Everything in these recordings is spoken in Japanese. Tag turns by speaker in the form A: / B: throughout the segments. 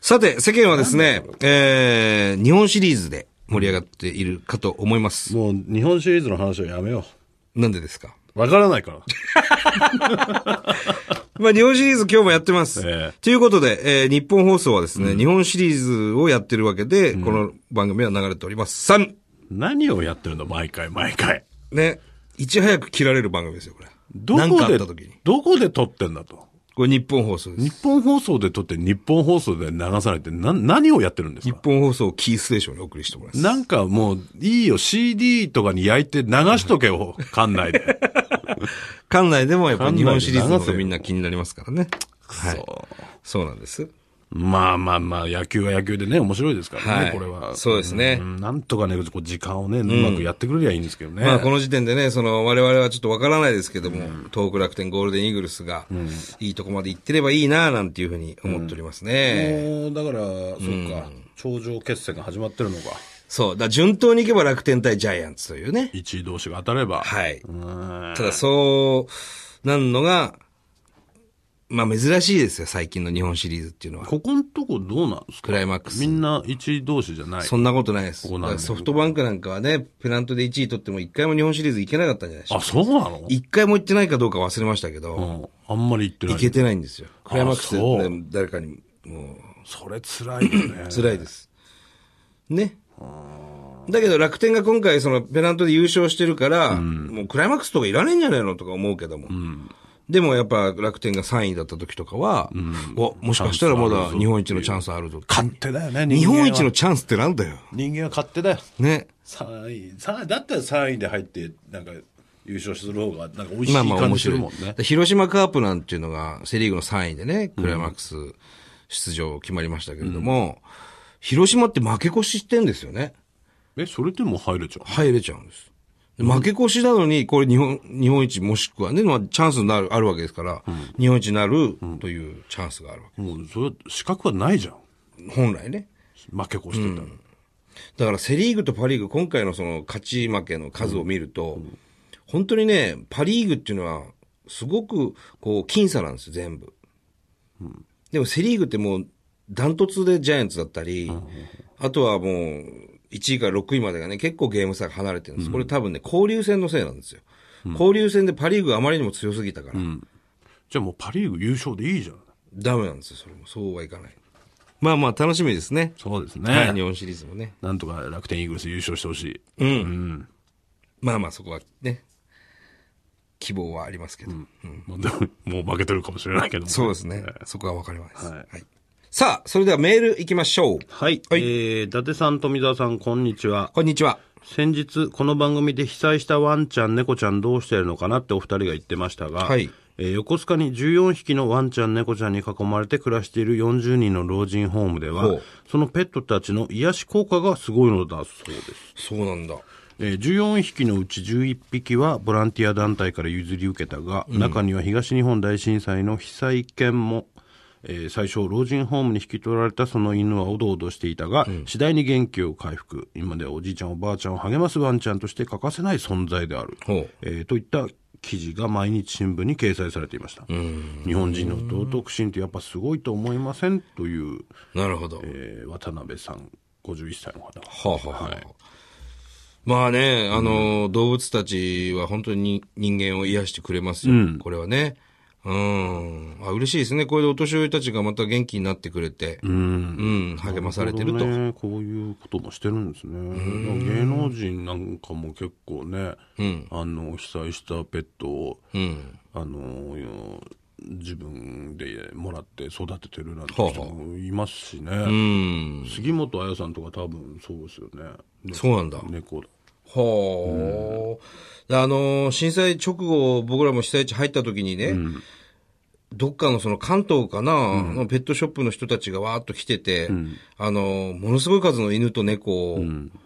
A: さて、世間はですね、えー、日本シリーズで盛り上がっているかと思います。
B: もう日本シリーズの話はやめよ
A: なんでですか
B: う。わからないから。
A: まあ、日本シリーズ今日もやってます。
B: ええ
A: ということで、えー日本放送はですね、日本シリーズをやってるわけで、この番組は流れております。3!
B: 何をやってるの毎回毎回。
A: ね。いち早く切られる番組ですよ、これ。
B: ど
A: なん
B: こ
A: かあっ
B: で
A: た時に。、
B: どこで撮ってんだと。
A: これ日本放送です。
B: 日本放送で撮って日本放送で流されて、な、何をやってるんです
A: 日
B: か
A: 本放送をキーステーションにお送りしてもらいます。
B: なんかもう、いいよ、CD とかに焼いて流しとけよ、館内で。
A: 館内でもやっぱ日本シリーズの方
B: 館内で流せ
A: が
B: よ
A: みんな気になりますからね。はい。そうなんです。
B: まあまあまあ、野球は野球でね、面白いですからね、
A: はい
B: これは。
A: そうですね
B: んなんとかね、こう時間をね、うまくやってくれりゃいいんですけどね。
A: まあこの時点でね、その我々はちょっとわからないですけども、東北楽天ゴールデンイーグルスが、いいとこまで行ってればいいななんていうふうに思っておりますね。
B: もう、だから、そっか、頂上決戦が始まってるのか。
A: そう。だから順当に行けば楽天対ジャイアンツというね。
B: 一位同士が当たれば。
A: はい。
B: うん
A: ただそう、なんのが、まあ珍しいですよ、最近の日本シリーズっていうのは。
B: ここんとこどうなんですか
A: クライマックス
B: みんな一位同士じゃない。
A: そんなことないです。
B: ここ
A: だ
B: 何
A: か
B: 年
A: らソフトバンクなんかはね、ペナントで1位取っても1回も日本シリーズ行けなかったんじゃないでしょう
B: あ、
A: か。
B: そうなの
A: 1回も行ってないかどうか忘れましたけ
B: う
A: ど、
B: ん。あんまり言ってな
A: 行
B: い。
A: けてないんですよ。クライマックスでね、
B: あそ
A: 誰かに、もう、
B: それ辛いよね。
A: 辛いです。ね。だけど楽天が今回そのペナントで優勝してるから、もうクライマックスとかいらねえんじゃないのとか思うけども。でもやっぱ楽天が3位だった時とかは、お、もしかしたらまだ日本一のチャンスあるぞ。
B: 勝手だよね、
A: 日
B: 人間は
A: 本一の。チャンスってなんだよ。
B: 人間は勝手だよ。
A: ね。
B: 3位。三位だったら3位で入って、なんか、優勝する方が、なんか美味しい
A: まあまあ
B: 感
A: 面
B: じす
A: 白
B: る
A: い
B: もんね。。
A: で広島カープなんていうのがセリーグの3位でね、クライマックス出場決まりましたけれども、広島って負け越ししてんですよね。
B: え、それでも入れちゃう
A: 入れちゃうんです。で負け越しなのに、これ日本、日本一もしくはね、まあチャンスになる、あるわけですから、日本一になるというチャンスがあるわ
B: もう、それ、資格はないじゃん。
A: け。本来ね。
B: 負け越してたら。
A: だからセリーグとパリーグ、今回のその勝ち負けの数を見ると、本当にね、パリーグっていうのは、すごく、こう、僅差なんですよ、全部。でもセリーグってもう、ダントツでジャイアンツだったり、あとはもう、1位から6位までがね、結構ゲーム差が離れてるんです。これ多分ね、交流戦のせいなんですよ。交流戦でパリーグがあまりにも強すぎたから、
B: じゃあもうパリーグ優勝でいいじゃん。
A: ダメなんですよ、それも。そうはいかない。まあまあ、楽しみですね。
B: そうです
A: はい、日本シリーズもね。
B: なんとか楽天イーグルス優勝してほしい。
A: まあまあそこはね、希望はありますけど。
B: まあでも、もう負けてるかもしれないけども。
A: そうですね。そこはわかります、
B: は
A: はいい。さあ、それではメール行きましょう。
C: はい。
A: はい
C: えー、伊達さん、富澤さん、こんにちは。
A: こんにちは。
C: 先日、この番組で被災したワンちゃん、猫ちゃんどうしてるのかなってお二人が言ってましたが、
A: はい
C: えー横須賀に14匹のワンちゃん、猫ちゃんに囲まれて暮らしている40人の老人ホームで
A: ほ
C: は
A: う、
C: そのペットたちの癒し効果がすごいのだそうです。
A: そうなんだ。
C: えー14匹のうち11匹はボランティア団体から譲り受けたが、中には東日本大震災の被災犬も、えー最初老人ホームに引き取られたその犬はおどおどしていたが、次第に元気を回復今ではおじいちゃんおばあちゃんを励ますワンちゃんとして欠かせない存在である、
A: ほう
C: えーといった記事が毎日新聞に掲載されていました日本人の道徳心ってやっぱすごいと思いませんという、
A: なるほど。
C: えー渡辺さん51歳の方
A: はあ、はあはあまあね、あの、動物たちは本当に人間を癒してくれますよ。これはね。うん。あ、嬉しいですね。これでお年寄りたちがまた元気になってくれて、うん、励まされてると。
C: ね、こういうこともしてるんですね芸能人なんかも結構ね、あの被災したペットを、
A: うん。
C: あのよ自分でもらって育ててるなんて
A: はあはあ
C: 人もいますしね、
A: うん。
C: 杉本彩さんとか多分そうですよねね
A: そうなんだ。
C: 猫
A: はあ、あのー、震災直後、僕らも被災地入った時にね、どっかのその関東かな、のペットショップの人たちがわーっと来てて、あのー、ものすごい数の犬と猫を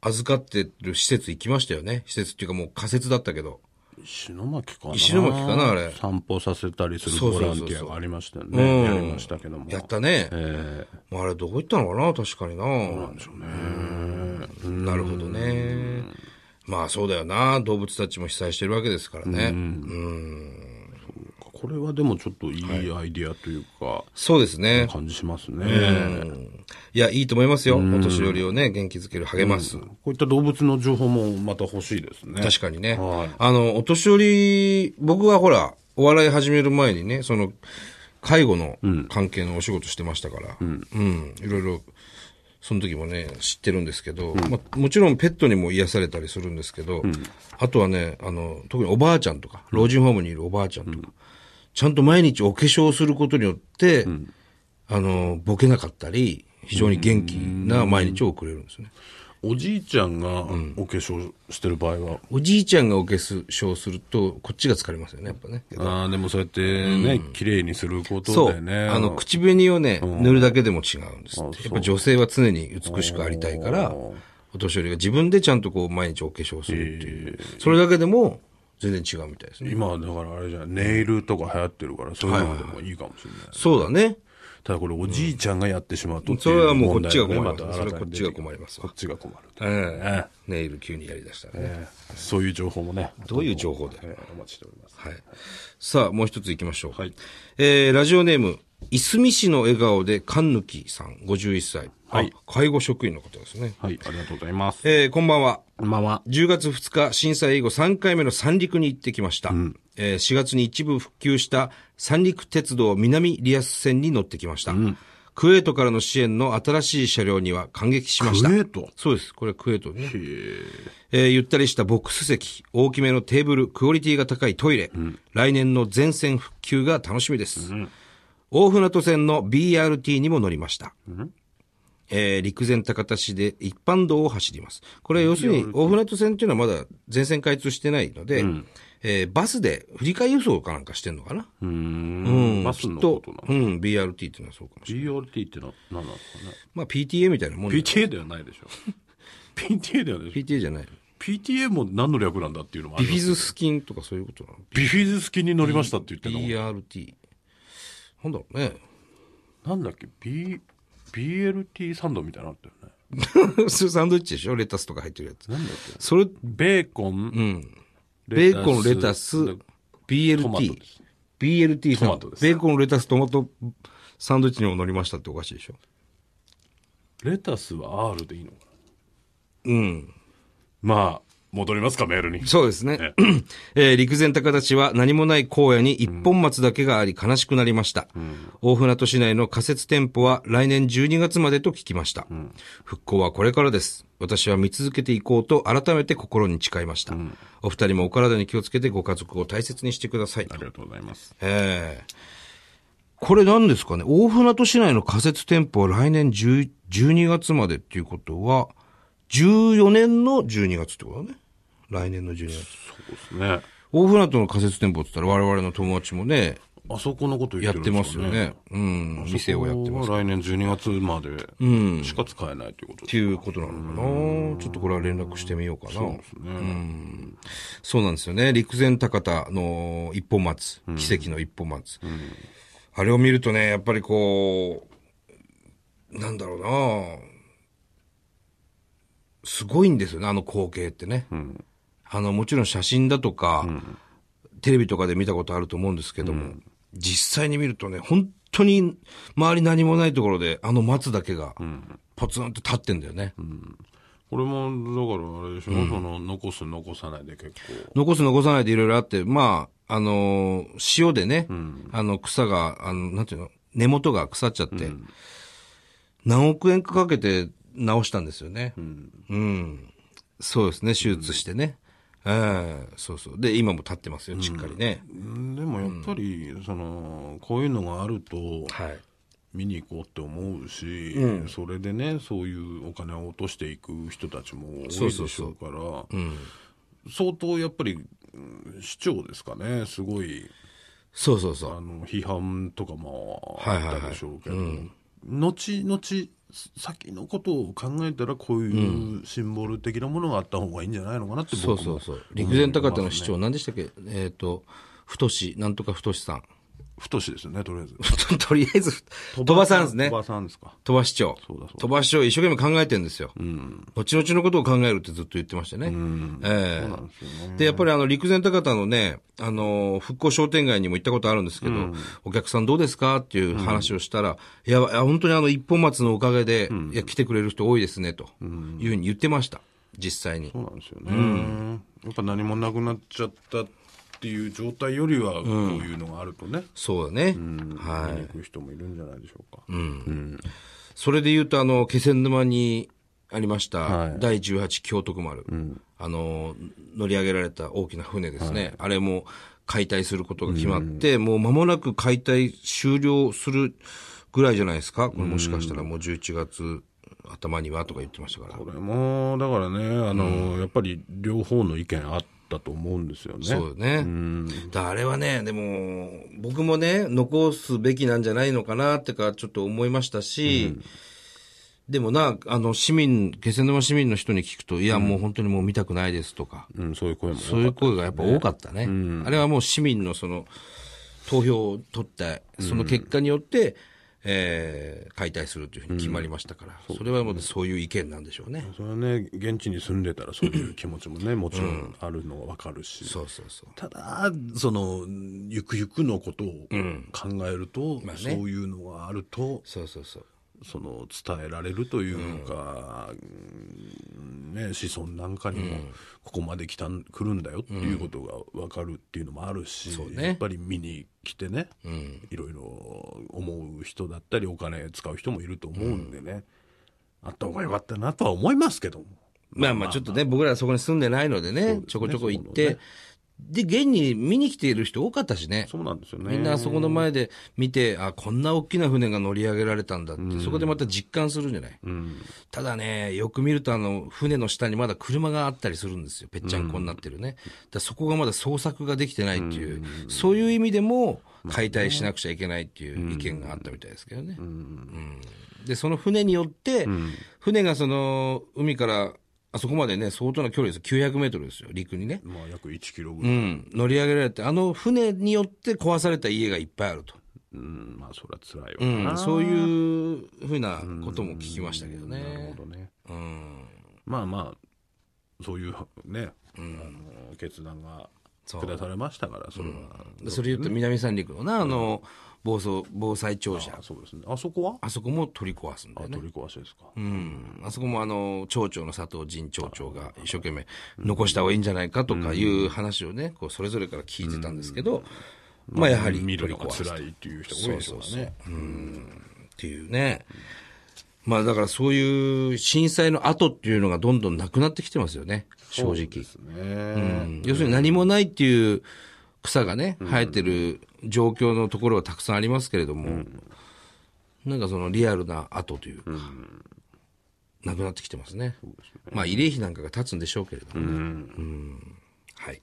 A: 預かってる施設行きましたよね。施設っていうかもう仮設だったけど。
C: 石巻かな
A: 石巻かなあれ
C: 散歩させたりする
A: そうそ
C: ボ
A: うそう
C: ラ
A: そう
C: ンティアがありましたよね
A: うん
C: やりましたけども
A: やったね。
C: ええ
A: もうあれどこ行ったのかな確かにな。
C: なんでしょうね
A: なるほどね。まあそうだよな。動物たちも被災してるわけですからね。
C: これはでもちょっといいアイディアというか、
A: そうですね。
C: 感じしますね、
A: うんいや、いいと思いますよ。お年寄りをね、元気づける、励ます。
C: こういった動物の情報もまた欲しいですね。
A: 確かにね
C: はい。
A: あの、お年寄り、僕はほら、お笑い始める前にね、その、介護の関係のお仕事してましたから、うん、いろいろ、その時もね、知ってるんですけど、まあ、もちろんペットにも癒されたりするんですけど、あとはね、あの、特におばあちゃんとか、老人ホームにいるおばあちゃんとか、ちゃんと毎日お化粧をすることによって、あの、ボケなかったり、非常に元気な毎日を送れるんですね。
C: おじいちゃんがお化粧してる場合は、
A: おじいちゃんがお化粧すると、こっちが疲れますよね、やっぱね。
C: ああ、でもそうやってね、綺麗にすること
A: そ
C: で
A: う。
C: ね。
A: あの、口紅をね、塗るだけでも違うんですって。やっぱ女性は常に美しくありたいから、お年寄りが自分でちゃんとこう、毎日お化粧するっていう。それだけでも、全然違うみたいですね。
C: 今はだからあれじゃん、ネイルとか流行ってるから、そういうのでもいいかもしれない。
A: そうだね。
C: ただこれおじいちゃんがやってしまうとって
A: そ
C: い
A: れはもうこっ
C: 問題
A: ちが
C: が
A: 困
C: ね、
A: りま
C: ますた
A: ね。それはこっちが困ります
C: こ
A: わ
C: っ。ちが困ると。
A: ええネイル急にやりだしたらね。
C: そういう情報もね。
A: どういう情報だよ
C: えーお待ちしております。
A: はい。さあ、もう一つ行きましょう。
C: はい
A: えー、ラジオネーム、いすみ市の笑顔で、かんぬきさん、51歳。
C: はい
A: あ介護職員の方ですね。
C: はい、ありがとうございます。
A: えー、こんばんは。
C: こんばんは。
A: 10月2日、震災以後3回目の三陸に行ってきました。えー4月に一部復旧した三陸鉄道南リアス線に乗ってきました。クウェートからの支援の新しい車両には感激しました。
C: クウェート
A: そうです。これはクウェートね。えーゆったりしたボックス席、大きめのテーブル、クオリティが高いトイレ、来年の全線復旧が楽しみです。大船渡線の BRT にも乗りました。えー陸前高田市で一般道を走ります。これは要するに、大船渡線っていうのはまだ全線開通してないので、えーバスで振り替え輸送かなんかしてんのかな、
C: うー。
A: うん
C: バスのことなの
A: うん、BRT っていうのはそうかもしれない。
C: ?GRT ってな、何なんですかね。
A: まあ PTA みたいなもんだよ
C: PTA ではな いでしょ。PTA ではないでしょ。
A: PTA じゃない。
C: PTA も何の略なんだっていうのもあ
A: ビ
C: る
A: フィズス菌とかそういうことなの
C: ビフィズス菌に乗りましたって言ってんの
A: ?BRT。なんだろうね。
C: なんだっけ B BLT サンドみたいなのあったよね
A: それサンドイッチでしょレタスとか入ってるやつ。
C: なんだっけ
A: それ、
C: ベーコン、
A: ベーコン、レタス、
C: トマト
A: BLT
C: で。す
A: BLT さん
C: トマトです
A: ベーコン、レタス、トマト、サンドイッチにも乗りましたっておかしいでしょ
C: レタスは R でいいのかな
A: うん。
C: まあ戻りますかメールに
A: そうですね。 えー陸前高田市は何もない荒野に一本松だけがあり悲しくなりました。大船渡市内の仮設店舗は来年12月までと聞きました。復興はこれからです。私は見続けていこうと改めて心に誓いました。お二人もお体に気をつけてご家族を大切にしてください
C: あ。りがとうございます
A: ええこれ何ですかね大船渡市内の仮設店舗は来年10 12月までっていうことは、14年の12月ってことだね。来年の12月。
C: そうですね
A: 大船渡の仮設店舗って言ったら我々の友達もね、
C: あそこのこと言
A: やっ
C: って
A: て
C: るん
A: ま
C: です
A: す
C: よ
A: よ
C: ね
A: ね。うん。店をやってます。っ
C: す来年12月までしか使えないということ
A: ていうことなのかなちょっとこれは連絡してみようかな。そう
C: ですね
A: なんですよね。陸前高田の一本松。奇跡の一本松。あれを見るとね、やっぱりこう、なんだろうなすごいんですよね、あの光景ってね。あの、もちろん写真だとか、テレビとかで見たことあると思うんですけども、実際に見るとね、本当に周り何もないところで、あの松だけが、ポツンと立ってんだよね。
C: これもだからあれでしょその残す残さないで結構
A: 残す残さないでいろいろあって、まあ、あのー塩でね、あの草が、あの、なんていうの、根元が腐っちゃって、何億円かかけて直したんですよね。うん。そうですね、手術してね。ええそうそう。で、今も立ってますよ、しっかりね。
C: うんでもやっぱりそのこういうのがあると
A: はい。
C: 見に行こうって思うし、それでねそういうお金を落としていく人たちも多いでしょ
A: そうう
C: から
A: そうそう
C: 相当やっぱりうん市長ですかねすごい
A: そうそう
C: あ
A: そう。
C: の批判とかも
A: はいはいはい
C: あったでしょうけど、後々先のことを考えたらこういううシンボル的なものがあった方がいいんじゃないのかなって僕
A: そ
C: も
A: うそうそう。陸前高田の市長、何でしたっけえっ、と、太し、なんとか太しさん。
B: 太しですよね、とりあえず。
A: ととりあえず、鳥羽さんですね
C: 鳥。羽さんですか。
A: 鳥羽市長
C: そうだそうだ。
A: 鳥羽市長一生懸命考えてるんですよ。後々のことを考えるってずっと言ってましたね。ええで、やっぱりあの、陸前高田のね、あの、復興商店街にも行ったことあるんですけど、お客さんどうですかっていう話をしたら、いや、いや本当にあの、一本松のおかげで、いや、来てくれる人多いですね、というふうに言ってました。実際に
C: そ。うなんですよね。やっぱ何もなくなっちゃったっていう状態よりは、こういうのがあるとね、
A: そうだね。はい。
C: 行く人もいるんじゃないでしょうか。
A: それで言うと、あの、気仙沼にありました、第18京徳丸、あの、乗り上げられた大きな船ですね。あれも解体することが決まって、もう間もなく解体終了するぐらいじゃないですか。これもしかしたらもう11月頭にはとか言ってましたから。
C: これも、だからね、あの、やっぱり両方の意見あったと思うんですよね。
A: そうよね。だからあれはね、でも、僕もね、残すべきなんじゃないのかなってか、ちょっと思いましたし、でもな、あの、市民、気仙沼市民の人に聞くと、いや、もう本当にもう見たくないですとか、
C: うん、そういう声も多かった。
A: そういう声がやっぱ多かったね。あれはもう市民のその、投票を取った、その結果によって、えー解体するというふうに決まりましたから、それはもうそういう意見なんでしょうね。
C: それはね、現地に住んでたらそういう気持ちもね、もちろんあるのはわかるし。
A: そうそうそう。
C: ただ、その、ゆくゆくのことを考えると、
A: まあね
C: そういうのがあると、
A: そうそうそう。
C: その、伝えられるというのか、うんね、子孫なんかにも、ここまで来たん、来るんだよっていうことがわかるっていうのもあるし、
A: そうね
C: やっぱり見に来てね、いろいろ思う人だったり、お金使う人もいると思うんでね、あった方がよかったなとは思いますけども。
A: まあまあ、ちょっとね、僕らはそこに住んでないのでね、ちょこちょこ行って、で、現に見に来ている人多かったしね。
C: そうなんですよね。
A: みんなあそこの前で見て、あ、こんな大きな船が乗り上げられたんだって、そこでまた実感するんじゃないただね、よく見るとあの、船の下にまだ車があったりするんですよ。ぺっちゃんこになってるね。だからそこがまだ捜索ができてないっていう、そういう意味でも解体しなくちゃいけないっていう意見があったみたいですけどね。で、その船によって、船がその、海から、あそこまでね、相当な距離ですよ。900メートルですよ、陸にね。
C: まあ、約1キロぐ
A: う
C: らい。
A: ん、乗り上げられて、あの船によって壊された家がいっぱいあると。
C: うん、まあ、それは辛いわ
A: う
C: な。
A: ん、そういうふうなことも聞きましたけど
C: なる
A: ね。
C: ほどね。
A: うん。
C: まあまあ、そういうね、あの決断が
A: そう
C: 下されましたから、それは。
A: でそれ言うと南三陸のな、あの、防災、防災庁舎
C: あ。そうですね。あそこは
A: あそこも取り壊すんだ
C: あ
A: よね
C: 取。り壊しですか。
A: うん。あそこもあの、町長の佐藤仁町長が一生懸命残した方がいいんじゃないかとかいう話をね、こう、それぞれから聞いてたんですけど、まあやはり
C: 見
A: 取
C: る
A: り
C: のが
A: 壊す
C: 辛いっていう人多いでしょうからね。
A: っていうね。まあだからそういう震災の後っていうのがどんどんなくなってきてますよね、正直。
C: そうですね。
A: うん要するに何もないっていう草がね、生えてる状況のところはたくさんありますけれども、なんかそのリアルな後というか、なくなってきてますね。まあ慰霊碑なんかが立つんでしょうけれどもね。うんはい。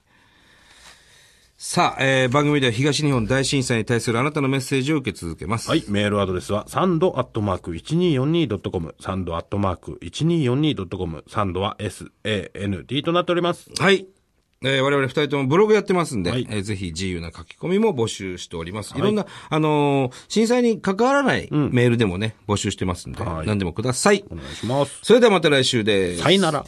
A: さあ、えー番組では東日本大震災に対するあなたのメッセージを受け続けます。
C: はい。メールアドレスは、サンドアットマーク 1242.com、サンドアットマーク 1242.com、サンドは SAND となっております。
A: はい。えー我々二人ともブログやってますんで、
C: はい
A: えーぜひ自由な書き込みも募集しております。いろんな、あのー震災に関わらないメールでもね、募集してますんで、
C: はい
A: 何でもください。
C: お願いします。
A: それではまた来週です。
C: さよなら。